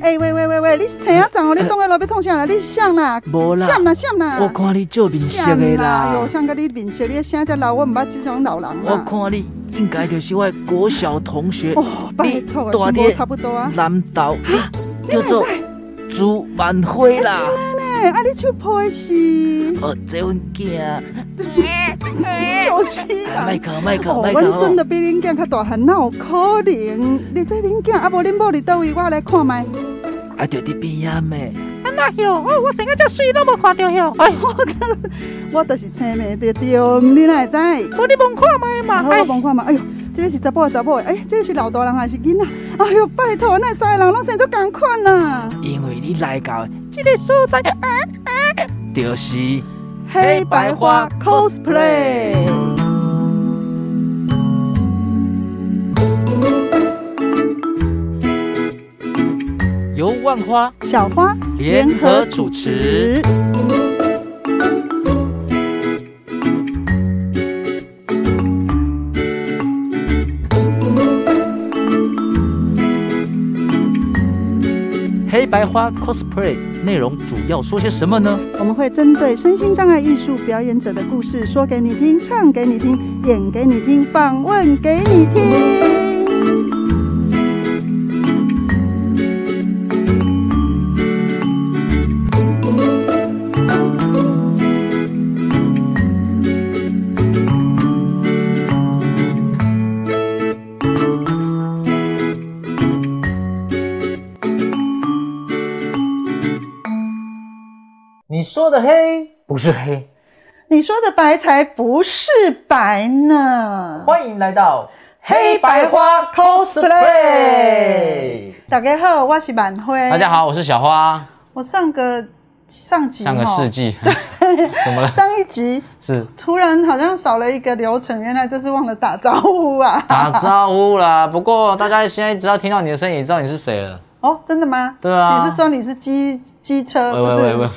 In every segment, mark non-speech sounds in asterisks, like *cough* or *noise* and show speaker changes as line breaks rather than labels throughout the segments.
哎嘞，你青啊长哦，你动个路要创啥啦？你想啦？
无啦
想啦想啦。
我看你照面色
闪
的
啦，
啦
哟，，啊像个你面色，你声遮老，我毋捌即种老人啊。
我看你应该就是我的国小同学，
哦，拜托啊，
大
全部
爹
差不多啊。
南投，你叫做朱万辉啦。
哎，啊，你手拍是？
哦，这阮囝啊，
就是啊
麦。克麦克
哦
麦，克
阮孙
哦，
都比恁囝较大汉，哪有可能？你这恁囝，啊无恁某伫倒位，我来看卖。
啊，就伫边仔咩？
那哟，我我生个遮水拢无看到哟，哎，
我就是青梅着着，你哪会知？
无你问看卖
啊
嘛，
我
哎，
望看嘛，哎哟，这个是查甫的查某的，哎，这个是老大人还是囡仔？哎哟，拜托，那三个人拢生做共款啊呐。
因为你来到的
这个所在，啊
就是
黑白花 cosplay。
由万花
小花
联合主持。黑白花 cosplay 内容主要说些什么呢？
我们会针对身心障碍艺术表演者的故事说给你听，唱给你听，演给你听，访问给你听。
你说的黑不是黑，
你说的白才不是白呢。
欢迎来到
黑白花 cosplay 大家好，我是满辉。
大家，好，我是小花。
我上个上集
上个
吼
世纪怎么了？
上一集
是
突然好像少了一个流程，原来就是忘了打招呼啊！
打招呼啦。 *laughs* 不过大家现在只要听到你的声音，也知道你是谁了。
*laughs* 哦，真的吗？
对啊
你是说你是机机车？不
喂喂
是
喂喂，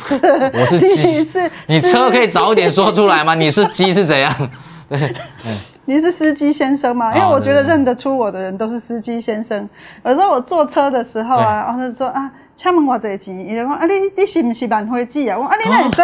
*laughs*
我是
你
鸡。
是
你车可以
司
早一点说出来吗？你是鸡是怎样？对，
*laughs* 你是司机先生吗？
啊
因为我觉得
对对
认得出我的人都是司机先生。有时候我坐车的时候啊，然后就说啊，请问我多钱？伊就讲啊，你你是不是万花姐啊？我说啊，你哪会知？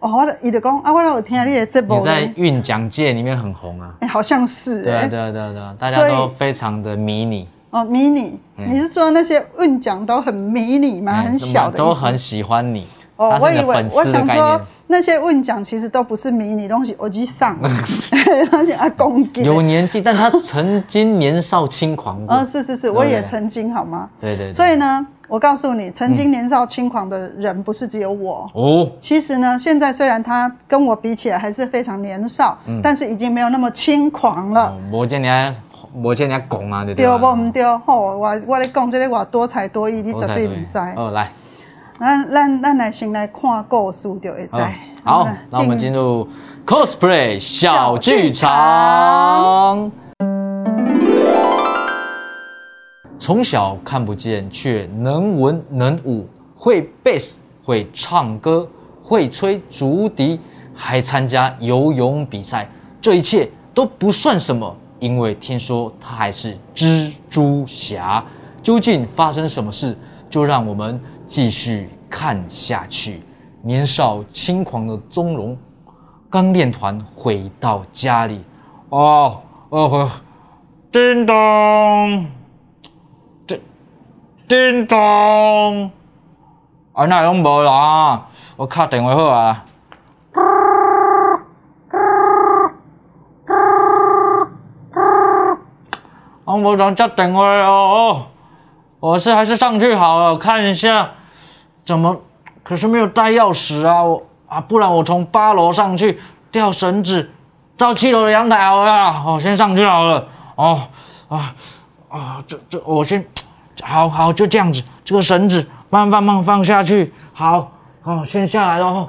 哦，我就伊就讲啊，我哪有听你的节
你
目呢？
在运奖界里面很红啊。
哎好像是
对啊，
哎
对啊，对啊，对啊，大
所
家
以
都非常的迷你，
哦，mini，
嗯
你是说那些运奖都很迷你吗？
嗯
啊很小的意思，
都很喜欢你。
哦，
它
我
是
以
一个
为
粉
我
丝的
想
概
说
念。
那些问奖其实都不是迷你东西，我机
*laughs*
上，那些阿公给。
有年纪，但他曾经年少轻狂过
*laughs* 啊，。是是是，
不
我
对
也曾经好吗？
对对对。
所以呢，我告诉你，曾经年少轻狂的人不是只有我。
哦，
其实呢，现在虽然他跟我比起来还是非常年少，
嗯
但是已经没有那么轻狂了。
哦无见你还，无见你还拱啊，对
对
对吧？
不？唔对，吼、我我咧讲这个我多才多艺，你
我
绝
猜
对唔知。
哦，来，
咱咱咱来先来看故事就会知
哦。好，
嗯
那我们进入 cosplay 小剧场。从小看不见，却能文能武，会贝斯，会唱歌，会吹竹笛，还参加游泳比赛。这一切都不算什么，因为听说他还是蜘蛛侠。究竟发生什么事？就让我们继续看下去。年少轻狂的钟荣，刚练团回到家里，哦哦，回叮咚，叮叮咚，啊那拢无人啊，我敲电话好啊。啊，无人接电话哦，我是还是上去好了，看一下怎么，可是没有带钥匙啊，我啊，不然我从八楼上去吊绳子到七楼的阳台好了啊，我先上去好了，哦，啊啊，这这我先，好好就这样子，这个绳子慢慢慢慢放下去，好，好，先下来哦喽。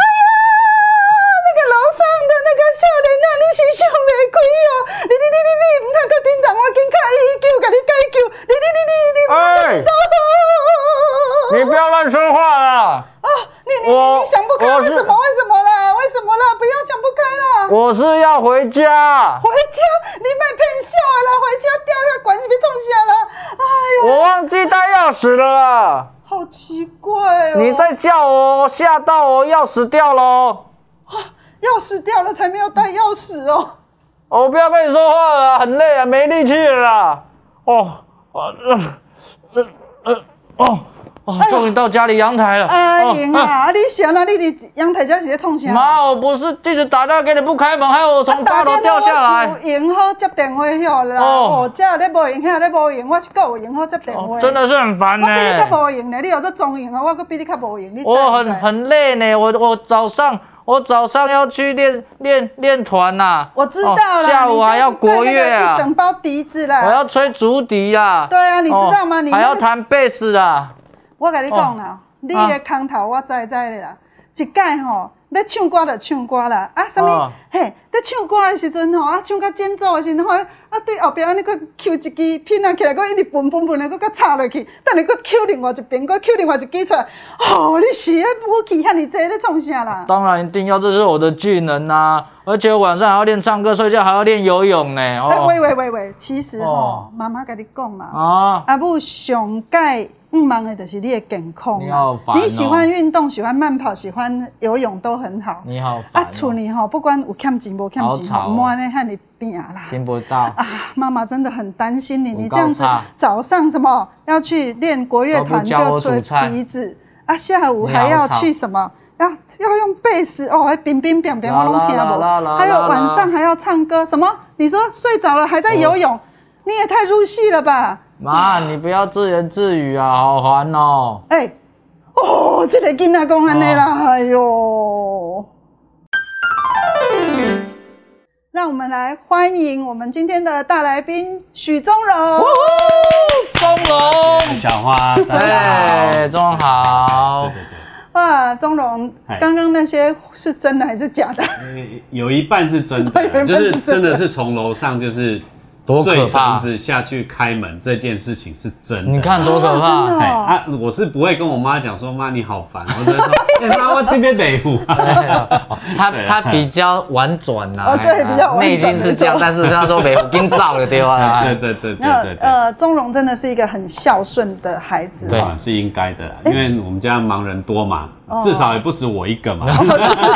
那个楼上的那个少年啊，你是想袂开哦！你你你你你，唔通搁顶撞我，紧卡医救，甲你解救！你你你你你，
哎，你不要乱说话啦，
哦，你你你你想不开，为什么为什么啦？为什么啦？不要想不开啦！
我是要回家，
回家，你卖骗笑的啦！回家掉下管子被中下啦！哎呦，
我忘记带钥匙了啦。
好好奇怪哦！
你在叫哦，吓到哦，钥匙掉了哦，
钥匙掉了才没有带钥匙哦。
哦不要跟你说话了啊，很累啊，没力气了啦。哦，啊，呃，呃，呃哦，
哎
哦，终于到家里阳台了。
阿
哦
英啊，，啊你想啊，你伫阳台这是在创啥？
妈，我不是一直打电话给你不开门，害我从八
啊打
楼
电
掉
话
下来
我。是有闲好接电话吼啦，
哦
哦，这咧无闲，遐咧无闲，我是够有闲好接电
哦
话。
真的是很烦
我
呢、
比你较无闲咧，你有做中闲啊，我搁比你较无闲，你知不知
我很很累呢、我我早上我早上要去练练练团呐、
我知道啦，
哦下午还要
你就是
国乐
带那个一
啊
整，包笛子啦。
我要吹竹笛啊。
对啊你知道吗
哦
你那
还要弹贝斯啊。
我甲你讲
哦
啦，你的空头我知知的啦，一届吼要唱歌就唱歌啦，啊，什
哦
物嘿，在唱歌的时阵吼，啊，唱到间奏的时阵吼，啊，对后壁安尼佫扣一支拼啊起来，佫一直分分分的，佫较插落去，等下佫扣另外一边，佫扣另外一支出来，哦，你是咧武器遐尼济咧创啥啦？
当然一定要，这是我的技能呐、而且晚上还要练唱歌，睡觉还要练游泳呢、
啊，喂
哦，
喂喂喂，其实吼
哦，
妈妈甲你讲啦，
啊，
阿母上介毋忙的，就是你的健康
你
啦
好烦哦
你喜欢运动，喜欢慢跑，喜欢游泳都很好。
你好
啊，
烦、哦，
厝里吼，不管有欠钱无欠
好
钱
吵
吼，
哦
莫安尼喊你病啊啦。
听不到。
啊，妈妈真的很担心你，
有
你
够
这样子
差
早上什么要去练国乐团
都不教
就
我
吹
煮菜
笛子啊，下午
你
还
好
要
吵
去什么？要要用贝斯哦，还冰冰冰冰，我拢听
啦啦啦
无。
啦
还有
啦
晚
啦
上还要唱歌，什么？你说睡着了还在游泳，
哦
你也太入戏了吧？
妈，你不要自言自语啊，好烦哦。
哎、哦，这个囡仔讲安尼啦，
啊
哎呦！让我们来欢迎我们今天的大来宾许宗荣。
钟龙，
小花，大家好。
哎，钟龙好
对。对
哇，宗荣，
嗨
刚刚那些是真的还是假的？
对，有一半是真
*laughs* 有一半是
的，就是
真的
真的是从楼上就是
多可怕
坠绳子下去开门这件事情是真的。
你看多可
啊真的
怕！
哎啊，我是不会跟我妈讲说妈你好烦，我只
*laughs*
会说哎妈我这边北湖。
哎呀他
对啊
他比较婉转呐
哦，对比较婉转
内心是
*laughs*
这样，但是他说没有冰照的对吧？
对对对对
那
对对，
呃，宗荣真的是一个很孝顺的孩子。
对
啊是应该的啦，因为我们家盲人多嘛
哦，
至少也不止我一个嘛。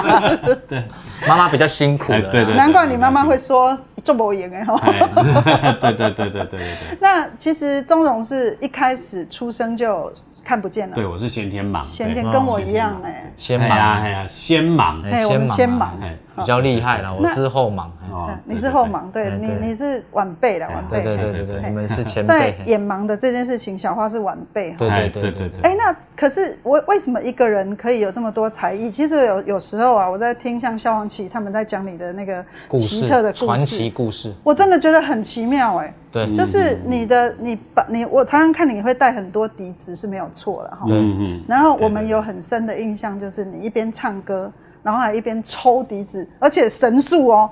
*laughs* 对，
妈妈比较辛苦
哎
了，啊
对对
难怪你妈妈会说做某演哎吼。
哎 *laughs* 对对对对对对对，
那其实宗荣是一开始出生就看不见了，
对我是先天盲，对哦
先天跟我一样
先天盲
哎、
先
哎呀哎
忙，
呀，先忙，
哎
哎，
先
我们
忙啊
先忙。
哎，
比较厉害了，我
那
是后忙。
哦
嗯你是后，忙，对
哎
你
对哎
你是晚辈了，晚
对
辈。
对对对
对对
对，
对
你们是
*laughs*
前
在
辈。
眼盲的这件事情，小花是晚辈哈。
对对
哎
对
对
对
对
哎、
对
那可是我为什么一个人可以有这么多才艺？其实有有时候啊，我在听像消防奇他们在讲你的那个
故
奇特的
事，
故事，
传奇故事，
我真的觉得很奇妙哎、
对
嗯
就是你的你把你我常常看你会带很多笛子是没有错了哈。
对
嗯嗯
然后我们有很深的印象，就是你一边唱歌，然后还一边抽笛子，而且神速哦，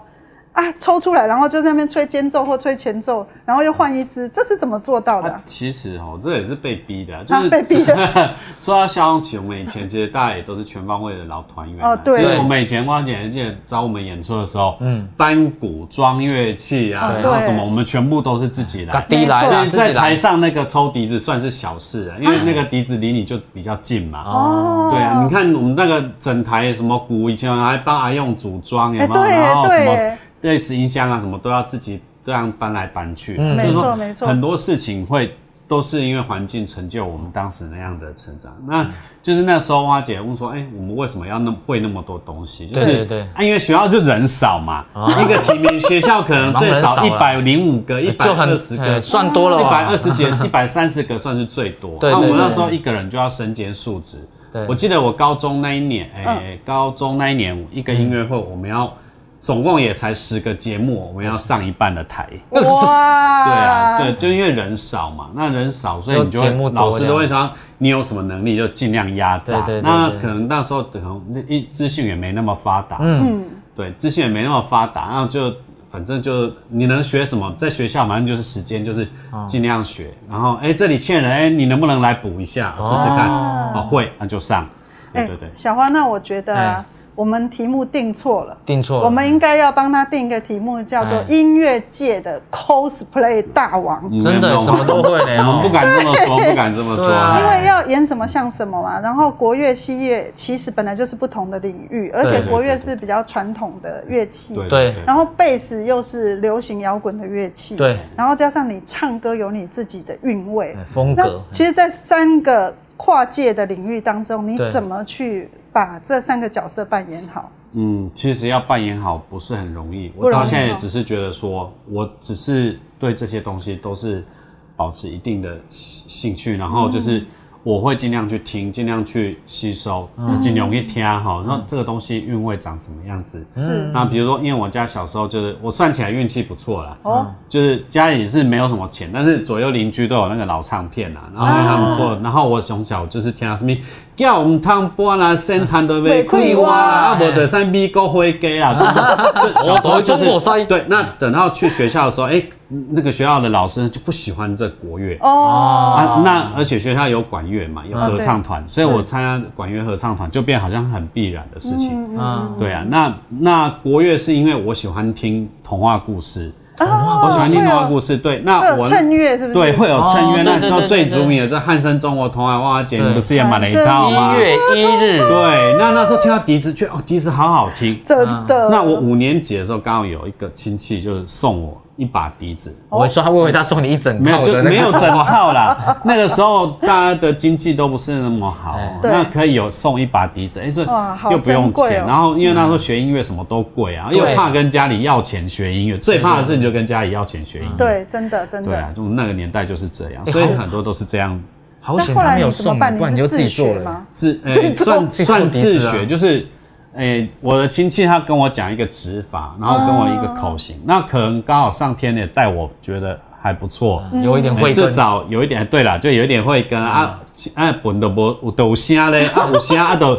啊，抽出来，然后就在那边吹间奏或吹前奏，然后又换一支，这是怎么做到的
啊
啊？
其实哦，这也是被逼的啊，就是、
被逼
的。 *laughs* 说到消防旗，我们以前其实大家也都是全方位的老团员啊
哦对
其实我们以前汪姐还记得找我们演出的时候，
嗯
嗯，班鼓、装乐器啊，
哦
然后
对
什么，我们全部都是自己
嘎
来。
滴来
没错
啦，
所
自
以
己
在
来
台上那个抽笛子算是小事啊，因为那个笛子离你就比较近嘛。
哦，
对啊，你看我们那个整台什么鼓，以前还帮阿用组装，
哎
有没有？
对
然后什
对
么类似音箱啊，什么都要自己这样搬来搬去。
嗯
就是
没
说
错没错
很多事情会都是因为环境成就我们当时那样的成长。那就是那时候花姐问说，哎、我们为什么要那么会那么多东西？就是
对对对
啊，因为学校就人少嘛，
哦
一个齐名学校可能最
*laughs* 盲人少
少一
啦
百零五个、一百
就很
二十
哎
个，
算多了
一百
吧
二十节、一百三十个算是最多。
*laughs* 对
那我
对
们那
对
时候一个人就要身兼数职。
对
我记得我高中那一年，哎、高中那一年一个音乐会，我们要总共也才十个节目，我们要上一半的台。
嗯哇，
对啊，对，就因为人少嘛，那人少，所以你就
就节目
会
多
老师都会想你有什么能力就尽量压榨。
对对对
那
对
可能那时候可能那一资讯也没那么发达，
嗯，
嗯，
对，资讯也没那么发达，然后就反正就你能学什么，在学校反正就是时间就是
哦
尽量学，然后哎、这里欠人，哎、你能不能来补一下试试看？
哦
哎
哦，会那就上。对对对，哎
小花，那我觉得啊，我们题目定错了。
定
哦
错了。
我们应该要帮他定一个题目，叫做
哎
“音乐界的 cosplay 大王”，
你们
真的
有没有
什么都会
*laughs*
呢，
我
哦
们不敢这么说，不敢这么
对啊
说，
因为要演什么像什么嘛。然后国乐、西乐其实本来就是不同的领域，而且
对
国乐是比较传统的乐器，
对
对
然后贝斯又是流行摇滚的乐器，
对，
然后加上你唱歌有你自己的韵味，
嗯
哎风
那
格
其实，在三个跨界的领域当中，你
对
怎么去把这三个角色扮演好？
嗯，其实要扮演好不是很容易，
不
我
容易
到现在也
哦
只是觉得说，我只是对这些东西都是保持一定的兴兴趣，然后
嗯
就是我会尽量去听，尽量去吸收，尽量去听哈，
嗯
那这个东西韵味长什么样子？
是
那比如说，因为我家小时候就是我算起来运气不错啦，
哦，
就是家里是没有什么钱，但是左右邻居都有那个老唱片啊，然后让他们做，然后我从小就是听到什么叫我们汤波啦、生汤的味桂蛙啦，啊不对，三 B 勾灰给啦，就
我走中国塞
对，那等到去学校的时候，哎，那个学校的老师就不喜欢这国乐。
哦，
啊，那而且学校有管乐嘛，有合唱团，所以我参加管乐合唱团就变好像很必然的事情。
嗯
嗯
对啊，那那国乐是因为我喜欢听童话故事，
哦
我啊喜欢听童话故
事，
事。对，那
哦会有
我
衬乐是不是？
对会有衬
哦
乐。那时候
对对
最
对
著名的这汉声中国童话娃娃节，
对
你不是也买了一套吗
一？月一日，
哦
对，那那时候听到笛子，觉得哦，笛子好好听。
真的。
那我五年级的时候，刚好有一个亲戚就是送我一把笛子，
我会说他会不会他送你一整
没有
套
就
的那个
没有整套啦。 *laughs* 那个时候大家的经济都不是那么好
哎，
对
那可以有送一把笛子，哎，这
哇好
又不用
珍贵
钱。
哦
然后因为那时候学音乐什么都贵啊，
嗯对
又怕跟家里要钱学音乐，最怕的是你就跟家里要钱学音乐。
对，真的真
对啊
的。，
就那个年代就是这样，
哎
所以
好
很多都是这样
好
那
险
后
他
来
没有
你怎
送
么办？
你，不
你
然你就是自己
自
做
学
了
吗。？
自呃
自作
算
自作
算
笛
自
子啊
学，就是，诶、我的亲戚他跟我讲一个指法，然后跟我一个口型，那可能刚好上天也带我觉得还不错，
嗯有一点
诶
会
嗯至
跟嗯
少有一点对啦，就有一点会跟啊啊本都无有都有声咧，啊有声啊 *laughs* 都。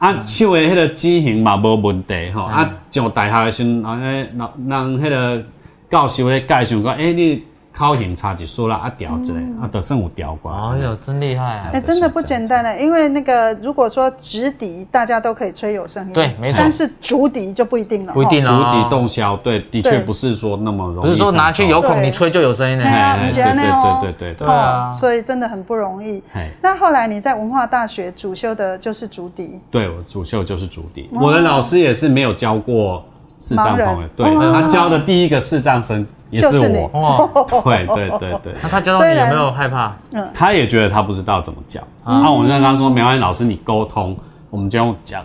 啊，手的迄个指型嘛无问题
嗯
吼，啊上大学的时阵，人诶人人迄个教授咧介绍讲，诶、你口型差一撮啦，啊调一下，
嗯
啊就算有调过。
哎呦，真厉害啊
哎、！真的不简单的，因为那个如果说直笛，大家都可以吹有声音，
对没错
但是竹笛就不一定了，
不一定
哦。
竹笛动箫，对，的确
对
不是说那么容易上手。
不是说拿去有孔
对
你吹就有声音的
对，啊
哎，
不
对
是安尼哦
对对对对
对啊
所以真的很不容易。
对。
那后来你在文化大学主修的就是竹笛，
对我主秀就是竹笛，我的老师也是没有教过视障朋友，对
盲人哦
他教的第一个视障生也
就是是你 *laughs*
我，
哇，
对对对对，
那他教到你有没有害怕？
他也觉得他不知道怎么教，
嗯
那我就跟他说没关系，老师你沟通，我们就用讲，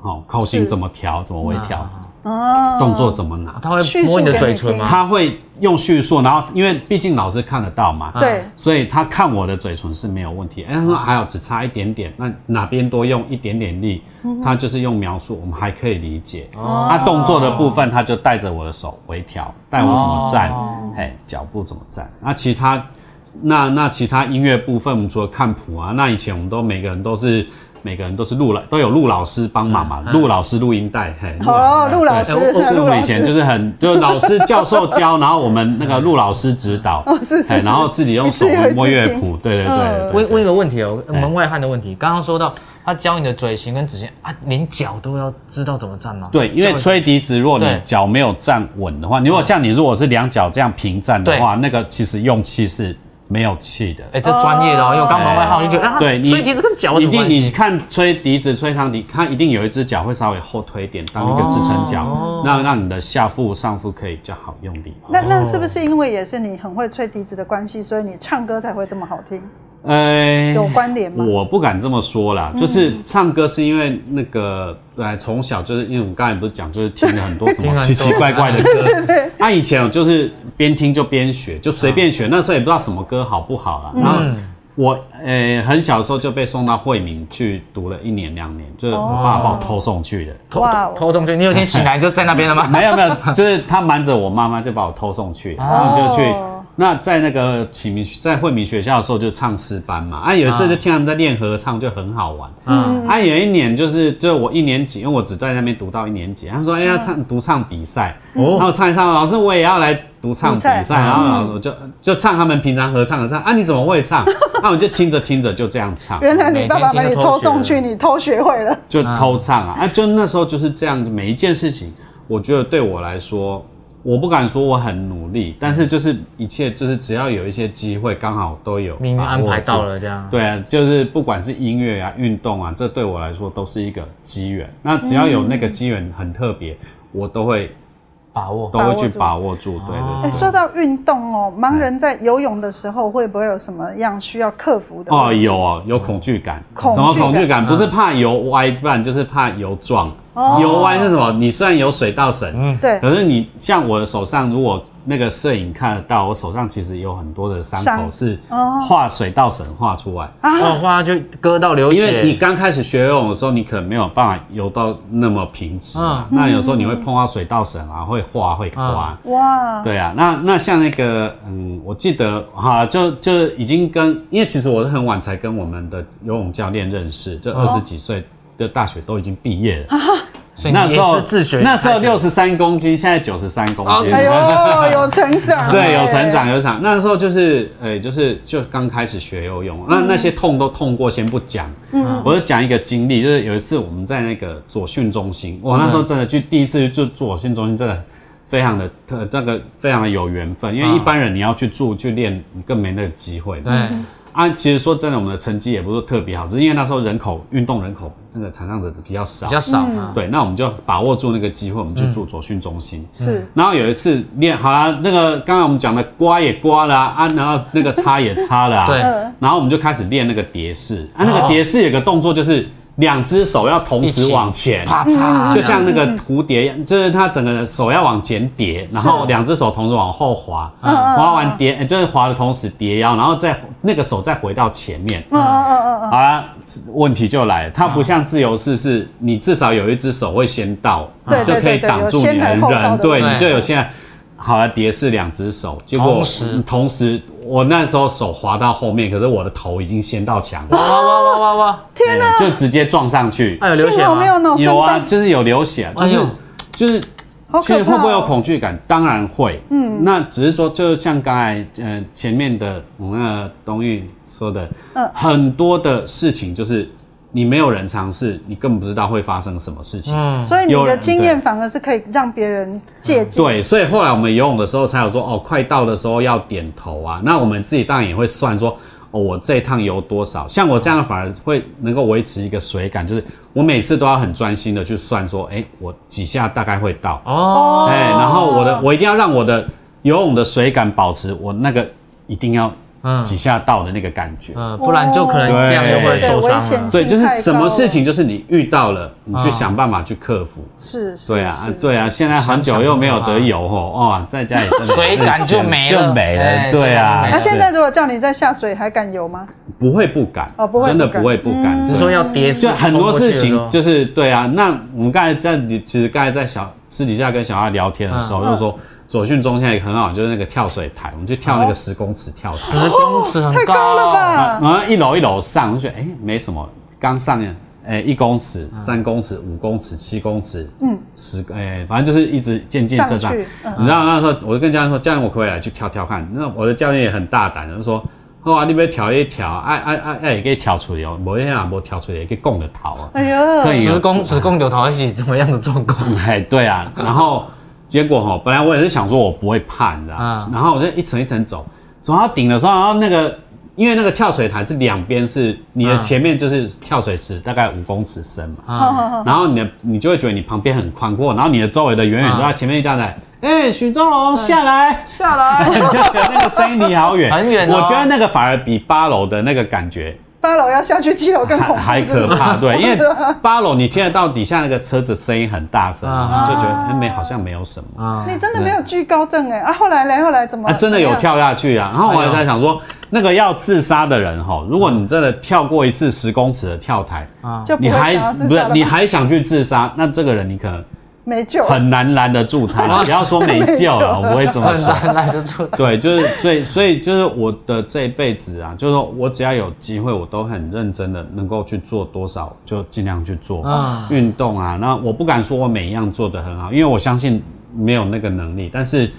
好口型
是
怎么调，怎么微调，
哦，
动
啊
作怎么拿，
他会摸你的嘴唇吗？
他会用叙述，然后因为毕竟老师看得到嘛，
对，
所以他看我的嘴唇是没有问题，哎、他说还有只差一点点，那哪边多用一点点力，
嗯
他就是用描述，我们还可以理解。
哦
他动作的部分，他就带着我的手微调，带我怎么站
哦，
哎、脚步怎么站。那其他，那那其他音乐部分，我们除了看谱啊，那以前我们都每个人都是。每个人都是录了，都有录老师帮忙嘛，录老师录音带，嘿，
嗯哦，陆老师， *laughs*
对，我
陆
我
老
们以前就
师，
是很，就是老师教授教，然后我们那个陆老师指导，
哦是是
哎
是
然后自己用手摸乐谱，对对对
嗯
对
问问一
对。
个问题哦，
哎
门外汉的问题。刚刚说到他教你的嘴型跟指型啊，连脚都要知道怎么站吗？
对，因为吹笛子，如果你
对嗯
脚没有站稳的话，你如果像你如果是两脚这样平站的话，那个其实用气是没有气的。
哎，这专业的哦，因为我刚门外汉，我就觉得啊，
对你
吹笛子跟脚有什
一
么
定
关
你
系？
看吹笛子、吹长笛，它一定有一只脚会稍微后推一点，当一个支撑脚，
哦
那让你的下腹、上腹可以比较好用力。
那
哦
那是不是因为也是你很会吹笛子的关系，所以你唱歌才会这么好听？
呃，
哎
有关联吗？
我不敢这么说
嗯
啦，就是唱歌是因为那个，呃，从小就是因为我们刚才不是讲，就是听了很多什
听
么
很多
奇奇怪怪的
*laughs* 对
歌。那、以前我就是边听就边学，就随便学，那时候也不知道什么歌好不好啦。然后
嗯
我呃很小的时候就被送到惠民去读了一年两年，就是我爸把我偷送去的。
偷
哇哦
偷中去，你有一天醒来就在那边了吗？
没有没有，就是他瞒着我妈妈就把我偷送去，然后就去。那在那个启明在惠民学校的时候就唱诗班嘛，啊有一次就听他们在练合唱，就很好玩。
嗯，
啊，有一年就是就我一年级，因为
哦
我只在那边读到一年级，他们说哎、要唱独唱比赛，然后唱一唱，老师我也要来独唱比
比
赛，
赛
然后老我就就唱他们平常合唱的唱啊，你怎么会唱？那我就听着听着就这样唱，
原来你爸爸把你偷送去，你偷学会了。
就偷唱啊啊！就那时候就是这样，每一件事情，我觉得对我来说，我不敢说我很努力，但是就是一切就是只要有一些机会，刚好都有
命运
把握
安排
住
到。了这样。
对啊，就是不管是音乐啊、运动啊，这对我来说都是一个机缘。那只要有那个机缘很特别，我都会
把握
都会去把握住。对
哦
对
哎，
对。
说到运动哦，
哎
盲人在游泳的时候会不会有什么样需要克服的？
哦，有哦，有恐惧感，
恐惧
什么恐惧感？
感
不是怕游歪，不然就是怕游撞。
哦
游歪是什么？你虽然有水稻绳，
嗯
对
可是你像我的手上，如果那个摄影看得到，我手上其实有很多的伤口
伤
是
哦
画水稻绳画出来。
哦，
啊，
花就割到流血，
因为你刚开始学游泳的时候，你可能没有办法游到那么平直啊，
嗯
那有时候你会碰到水稻绳啊，会划会刮。
哇，
对啊，那那像那个，嗯，我记得哈、就就已经跟，因为其实我是很晚才跟我们的游泳教练认识，
哦
就二十几岁的大学都已经毕业了。
所以你也是自学，
那时候六十三公斤，现在九十三公斤。
哎呦， *laughs* 有成长，哎
对，有成长，有成长。那时候就是，呃、就是就刚开始学游泳，
嗯
那那些痛都痛过，先不讲。
嗯
我就讲一个经历，就是有一次我们在那个左训中心，
嗯
我那时候真的去第一次去住左训中心，真的非常的特，那个非常的有缘分，因为
嗯
一般人你要去住去练，你更没那个机会。
对，
嗯
啊，其实说真的，我们的成绩也不是特别好，只是因为那时候人口运动人口那个残障者比较少
比，较少啊。
嗯对，那我们就把握住那个机会，我们去住左训中心。
嗯
是
然后有一次练好了，那个刚才我们讲的刮也刮了啊，啊然后那个擦也擦了啊，
对
嗯
然后我们就开始练那个蝶式啊，那
哦
个蝶式有个动作就是两只手要同时往
嗯
前，
啪嚓，
就像那个蝴蝶一样，就是他整个手要往前叠，然后两只手同时往后滑，
嗯嗯
滑完叠呃就是滑的同时叠腰，然后再那个手再回到前面，
嗯嗯嗯嗯
好啦，问题就来了，它不像自由式，是你至少有一只手会先到，
对
就可以
对对对
挡住
有
你
先
的
来后到
人，
的
对
对
你就有现在好了，蝶式两只手，结果嗯
同时
同时我那时候手滑到后面，可是我的头已经先到墙
哦
了，
哇哇哇哇哇！
天哪，就直接撞上去，
还有
嗯，
流血
幸好没有
吗？
脑震
有啊，
荡，
就是有流血，就
哎
是
呦
就是
好可怕哦
其实会不会有恐惧感？当然会。
嗯
嗯，那只是说，就像刚才呃前面的我们那个东玉说的，
嗯
很多的事情就是你没有人尝试，你根本不知道会发生什么事情。
嗯，
所以你
有
的
人
经验反而是可以让别人借鉴。
对，所以后来我们游泳的时候才有说，哦，快到的时候要点头啊。那我们自己当然也会算说，哦，我这一趟游多少？像我这样反而会能够维持一个水感，就是我每次都要很专心的去算说，哎、我几下大概会到。
哦，
哎、
哦
然后我的我一定要让我的游泳的水感保持我那个一定要
嗯
几下到的那个感觉。
嗯，不然就可能这样就会受
对危
伤
险
了。
性
对，就是
太高
什么
了
事情，就是你遇到了，你去
嗯
想办法去克服。
是，是
对啊
是，
对啊，现在很久又没有得游哦，哦，在家也真的
水感就没了
就没
哎
了。
水感就
对
没了
啊，
那现在如果叫你再下水，还敢游吗？
不会不敢，
哦不会
真的
不敢
不会不
嗯
敢。对
只是说要跌死，
就很多事
冲过
情
去的时候
就是对啊。那我们刚才在其实刚才在小私底下跟小阿聊天的时候，
嗯
就说左训中现在也很好，就是那个跳水台，我们就
哦
跳那个十公尺跳台，
十公尺很
哦太高了吧
然后一楼一楼上，我就觉得哎、没什么，刚上哎、一公尺、
嗯
三公尺、五公尺、七公尺，
嗯
嗯，十哎、反正就是一直渐渐增
上
长。
去嗯
你知道那时候我就跟教练说，教练我可不可以来去跳跳看？那我的教练也很大胆，就说。好啊，你要跳一跳，哎哎哎哎，给跳出来哦，无影啊，无跳出来，给拱着头啊。
哎呦，
对
十公
*laughs*
尺共九头一起怎么样的状况？
哎，对啊，然后结果哈、本来我也是想说我不会怕，你知道吗？
嗯
然后我就一层一层走，走到顶的时候，然后那个因为那个跳水台是两边是你的
嗯
前面就是跳水池，大概五公尺深嘛，
好好
啊，
好，
然后你的你就会觉得你旁边很宽阔，然后你的周围的远远
嗯
都在前面这样的，哎、许钟龙下来。
啊嗯下来
*laughs* 你就觉得那个声音离好远，
很远哦
我觉得那个反而比八楼的那个感觉
八楼要下去，七楼更恐
还
怖，
还
是不
可
是 *laughs*
怕，对，因为
对啊
八楼你听得到底下那个车子声音很大声，
啊
然后就觉得哎没好像没有什么。
啊
你真的没有惧高症哎啊！后来嘞，后来怎么？
啊，真的
怎么
有
样，
跳下去啊！然后我
哎
还
呦
在想说，那个要自杀的人哈，如果你真的跳过一次十公尺的跳台，
啊，
就不
你
会想
还
要自
不是
杀了
你
吧
还想去自杀，那这个人你可能
没 *laughs* 救，
很难拦得住他。不要说没救了，我不会这么
很
说。
*laughs* 难来就出来。
对，就是所以所以就是我的这一辈子啊，就是说我只要有机会，我都很认真的能够去做多少，就尽量去做。
嗯
运动啊，那我不敢说我每一样做得很好，因为我相信没有那个能力，但是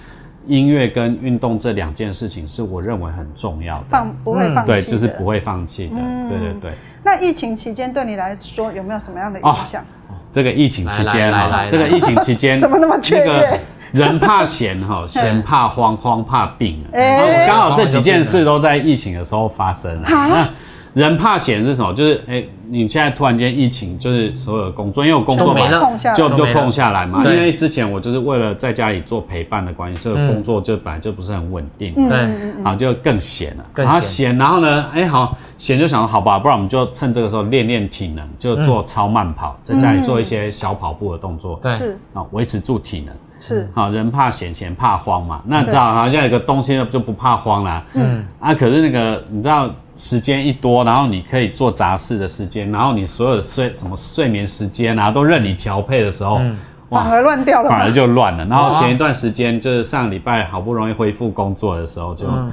音乐跟运动这两件事情是我认为很重要的，
放不会
嗯
放弃、的。
对，就是不会放弃的，
嗯
对对对。
那疫情期间对你来说有没有什么样的
哦
影响？
这个疫情期
来来
间
来
哈
来，
这个疫情期
*laughs*
间
怎么那么雀跃
那个人怕闲哈，闲怕慌，慌怕病啊。
哎
然后刚好这几件事都在疫情的时候发生了。那人怕闲是什么？就是哎、你现在突然间疫情，就是所有的工作，因为我工作
就没
嘛
了，
空下来
就
都
就
没了
空下来嘛。因
对
为之前我就是为了在家里做陪伴的关系，所以
嗯
工作就本来就不是很稳定。
嗯
对
嗯嗯
好，啊就更闲了。
更
然后
闲
闲，然后呢，哎、好闲就想，好吧，不然我们就趁这个时候练练体能，
嗯
就做超慢跑，在家里做一些小跑步的动作，
对
嗯，是
啊，维持住体能。
是，
好，人怕闲，闲怕慌嘛。那你知道，好像有个东西就不怕慌啦。
嗯，
啊，可是那个你知道，时间一多，然后你可以做杂事的时间，然后你所有的睡什么睡眠时间啊，都任你调配的时候，
嗯
哇
反而乱掉了吧，
反而就乱了。然后
哇
前一段时间就是上礼拜好不容易恢复工作的时候，就
嗯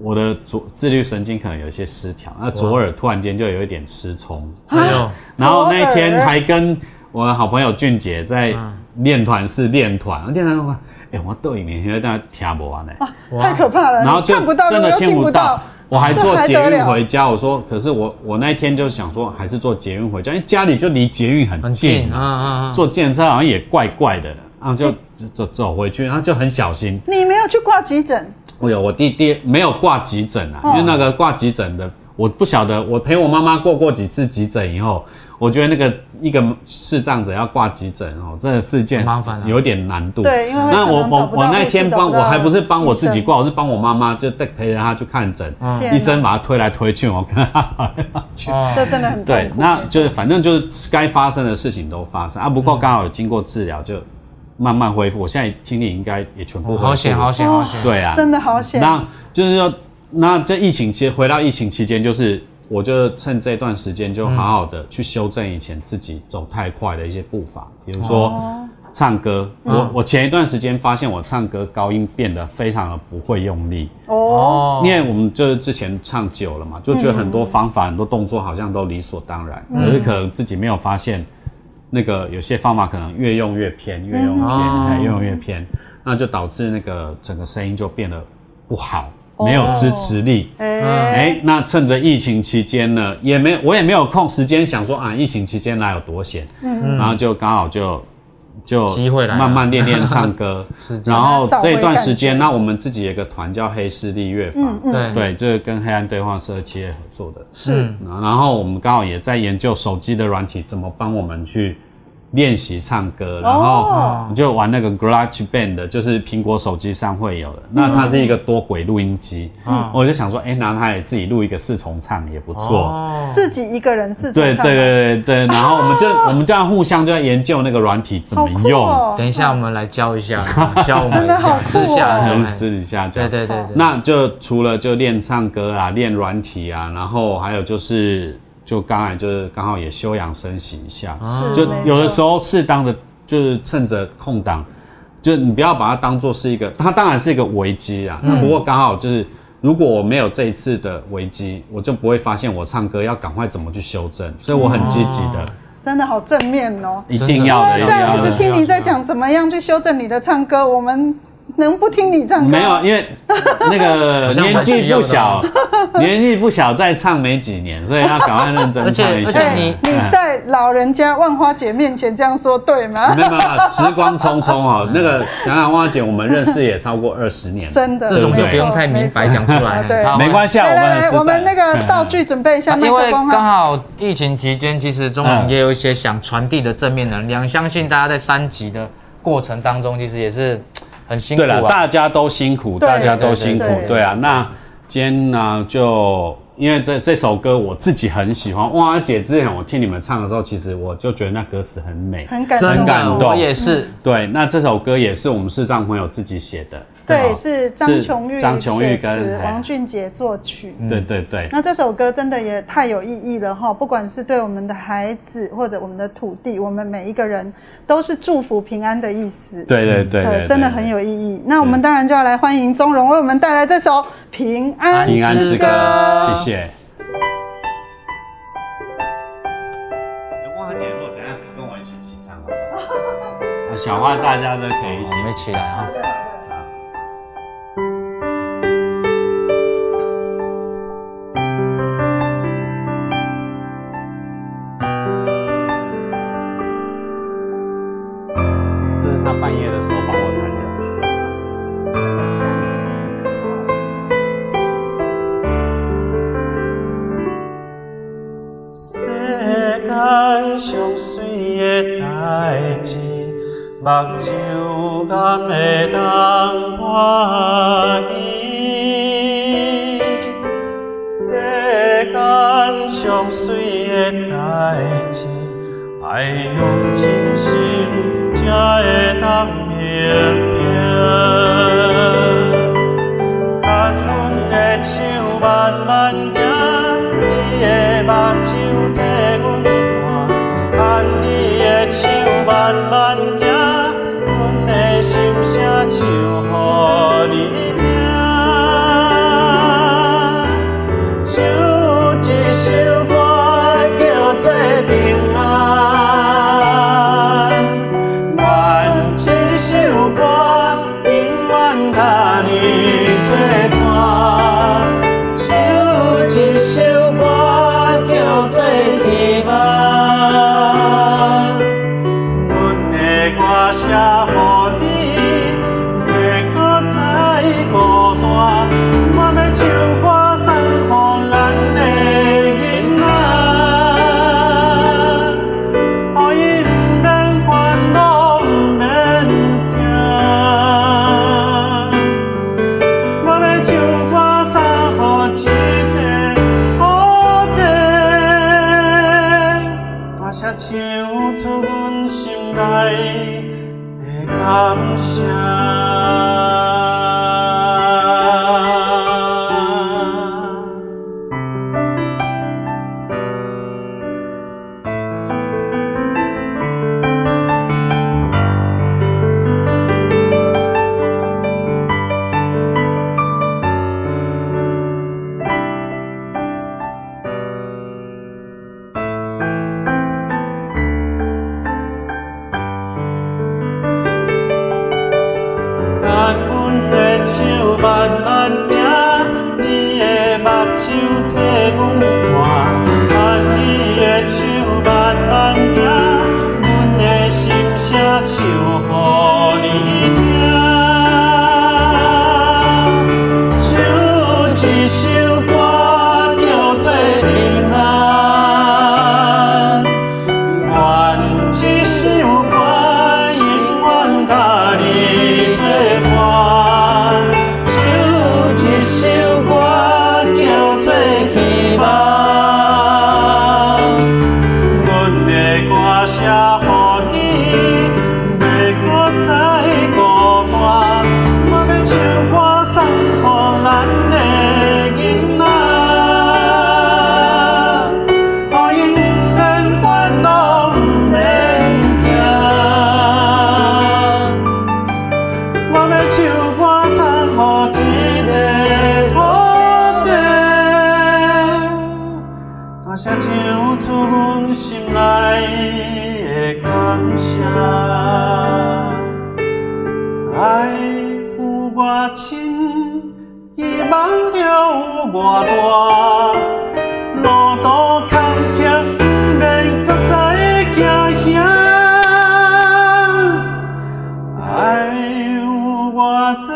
我的左自律神经可能有一些失调，那左耳突然间就有一点失聪，
啊
哎呦，
然后那一
左
天
耳
还跟我的好朋友俊杰在
嗯
练团是练团，练团的话，哎、我对面现在大家听不完呢、
哇，太可怕了，
然后
你
就
看不到，
真的
又
听
不
不到。我还坐捷
这还得
运
了
回家，我说，可是我我那一天就想说，还是坐捷运回家，因为家里就离捷运很
很
近
近，嗯嗯嗯，
坐电车好像也怪怪的，然后就就走走回去，然后就很小心。
你没有去挂急诊，
我哎有我弟弟没有挂急诊啊，
哦
因为那个挂急诊的，我不晓得。我陪我妈妈过过几次急诊以后，我觉得那个一个视障者要挂急诊哦，真的是件
很麻烦啊
有点难度。
对因为常
那
常
我
找
我
不到
我那
护士
天
找
帮
不
我
到
还不是帮我自
医
己
生
挂，我是帮我妈妈就带陪着她去看诊，
嗯
天哪
医生把她推来推去，我跟她跑来跑去。
这
哦，
真的很痛
*laughs* 对
苦，
那就是反正就是该发生的事情都发生啊。不
嗯
过刚好有经过治疗，就慢慢恢复。我现在听力应该也全部恢复了
好险好险好险，
对啊，
真的好险。
那就是说，那这疫情期回到疫情期间，就是我就趁这段时间就好好的去修正以前自己走太快的一些步伐，比如说
哦
唱歌。
嗯
我我前一段时间发现我唱歌高音变得非常的不会用力，
哦，
哦，
因为我们就是之前唱久了嘛，就觉得很多方法、很多动作好像都理所当然，
嗯
可是可能自己没有发现，那个有些方法可能越用越偏，越用越
嗯
偏，
哦
哎越用越偏，那就导致那个整个声音就变得不好，
哦
没有支持力。哎
哎，，
那趁着疫情期间呢，也没我也没有空时间想说啊，疫情期间哪有多闲，
嗯，
然后就刚好就就
机会来了
慢慢练练
*laughs*
唱歌
是，这
然
样
后这一段
找回感
时
觉
间，那我们自己有一个团叫黑势力乐坊
嗯，嗯
对
对，这个跟黑暗对话社企业合作的。
是
嗯
然后我们刚好也在研究手机的软体怎么帮我们去练习唱歌，然
哦
后就玩那个 GarageBand，就是苹果手机上会有的。
嗯
那它是一个多轨录音机，
嗯
我就想说，哎，拿它也自己录一个四重唱也不错。
哦
自己一个人是
对对
啊
对对对，然后我们就我们这样互相就在研究那个软体怎
好
么
酷
用，
哦！
等一下，我们来教一
*laughs*
下，教我们
真的
一
好
下，
酷哦
私下的时候
然后
来，
私底下这
对
样。
对对对，
那就除了就练唱歌啊，练软体啊，然后还有就是就刚才就是刚好也休养生息一下，
是
就
没
有的
错
时候适当的就是趁着空档，就你不要把它当做是一个，它当然是一个危机啊，
嗯
不过刚好就是。如果我没有这一次的危机，我就不会发现我唱歌要赶快怎么去修正，所以我很积极的，
哦
真的好正面哦。
一定要
好真
的，
的
一
这
定
样
要
我只
的。
听你在
哎
讲怎么样去修正你的唱歌，我们能不听你唱歌？啊
没有，，因为那个
*laughs* 好像
年
蛮实
纪
用
*laughs*
的
不小，年纪不小，再唱没几年，所以要赶快认
*laughs*
真
而且
唱一
而
下。
且
哎
对，
你
你在老人家万花姐面前这样说对吗
没？有没有，时光匆匆
*laughs*
哦。那个想想汪姐，我们认识也超过二十年了，
真的，
这种就
对
不用太明白
没错
讲出来
对，
好
没关系啊，
来
我
来
们
来，
很
我们那
实在哎
个道具准备一下，麦
因
克
为
风啊
刚
哈。
好疫情期间，其实中
嗯
文也有一些想传递的正面能量，相信大家在三级的过程当中，其实也是很辛苦
对了，
啊。
大家都辛苦，
对
大家都辛苦
对对对，
对啊。那今天呢，就因为这这首歌我自己很喜欢，汪姐之前我听你们唱的时候，其实我就觉得那歌词很美，
很感动
真
很感
的，
动
我也是。
对。那这首歌也是我们视障朋友自己写的，
对，
哦
是张
是
琼玉
张琼
写
玉
词
跟，哎嗯
王俊杰作曲。
对对对，
那这首歌真的也太有意义了哈！不管是对我们的孩子或者我们的土地，我们每一个人都是祝福平安的意思。
对对对
这
对，
真的很有意义。那我们当然就要来欢迎钟荣为我们带来这首《平安
平安
之
之
歌》。
歌，谢谢。姐，如果等一下跟我一起起 *laughs* 唱好不好小花大家都可以一起
我们一起来啊！
好
上水的代志，目睭敢会当看见？世间上水的代志，爱用真心才会当明白。牵阮的手慢慢行，你的目睭替阮看，牵你的手慢慢行，阮的心声唱予你听，唱一首歌叫做平安。愿这首歌永远甲你作伴，唱一首歌叫做希望。阮的歌声予你，袂搁再孤单。我要唱歌送予咱的囡仔。予伊毋免烦恼，毋免惊。我要唱歌送予一个好弟，大声唱出阮心内的感谢。牵阮的手慢慢行，你的目睭替阮看，牵你的手慢慢行，阮的心声唱予你听，唱一首歌叫做平安。愿这首歌永远甲你作伴，唱一首歌叫做希望。阮的歌声予你，袂搁再孤单。我要唱歌送予咱的囡仔。予伊毋免烦恼，毋免惊。我要唱歌送予一个土地，大声唱出阮心内的感谢。爱有偌深，希望就有偌大。路途坎坷，不免搁再惊遐。爱有偌多，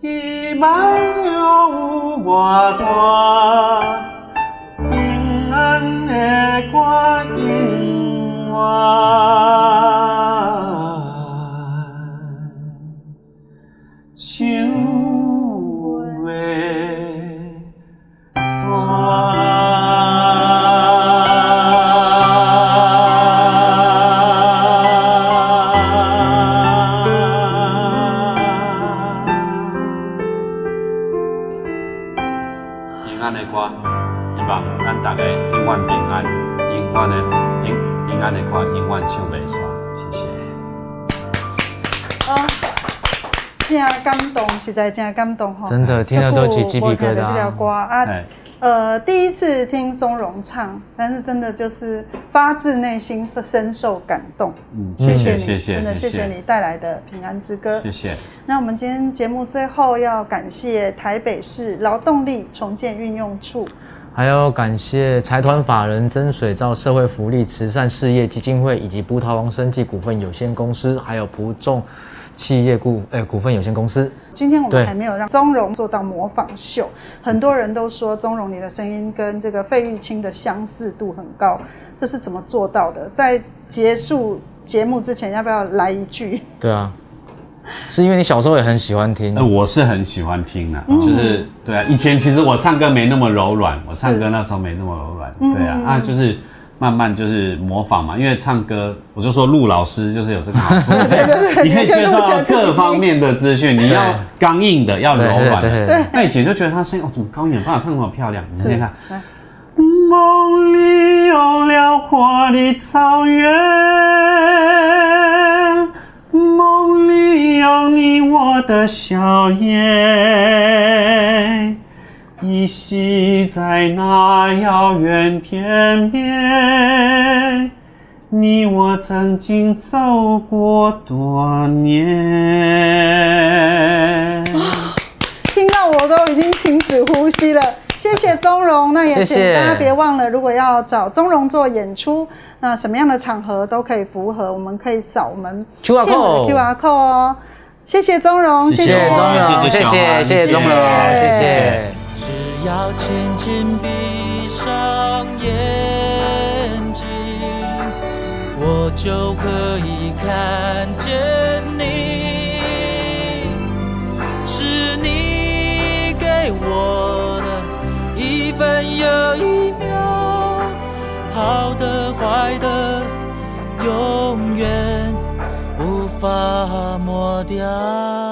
希望又有偌大。平安的歌永远。唱的。算。
平安的歌，希望咱大家永远平安，永远的平平安的歌，永远唱袂煞。谢谢。
啊，真感动，实在真感动吼！
真的听了都起鸡皮疙瘩
就是我听了这条歌啊，
哎，
呃，第一次听钟荣唱，但是真的就是发自内心是深受感动。
嗯，
啊谢谢你，
谢谢，
真的谢
谢
谢你，带来的《平安之歌》。
谢谢。
那我们今天节目最后要感谢台北市劳动力重建运用处，
还要感谢财团法人真水照社会福利慈善事业基金会以及葡萄王生技股份有限公司，还有葡众企业股呃股份有限公司。
今天我
对
们还没有让宗荣做到模仿秀，很多人都说宗荣你的声音跟这个费玉清的相似度很高，这是怎么做到的？在结束节目之前，要不要来一句？
对啊，是因为你小时候也很喜欢听
那、，我是很喜欢听的、
嗯
就是对啊，以前其实我唱歌没那么柔软，我唱歌
是
那时候没那么柔软，
嗯
对啊，
嗯
啊
嗯
就是慢慢就是模仿嘛，因为唱歌我就说陆老师就是有这个好处，你可以接受到各方面的资讯，你要刚硬的，要柔
对
软
对
的。
对
对
哎
对，
那以前就觉得他声音哦，怎么高一点办法唱那么漂亮？你
是
看看，
来
梦里有辽阔的草原，梦里有你我的笑颜，依稀在那遥远天边，你我曾经走过多啊年。
听到我都已经停止呼吸了。谢谢钟荣，那也请
谢谢
大家别忘了，如果要找钟荣做演出，那什么样的场合都可以符合，我们可以扫我们
QR
片尾
code
的 QR code 哦。谢谢钟荣，
谢
谢
谢
谢钟
荣
柔，
谢
谢谢
谢谢
谢
谢
谢钟柔，谢
谢
谢。
只要轻轻闭上眼睛，我就可以看见你。是你给我的一分又一秒，好的坏的，永远无法抹掉。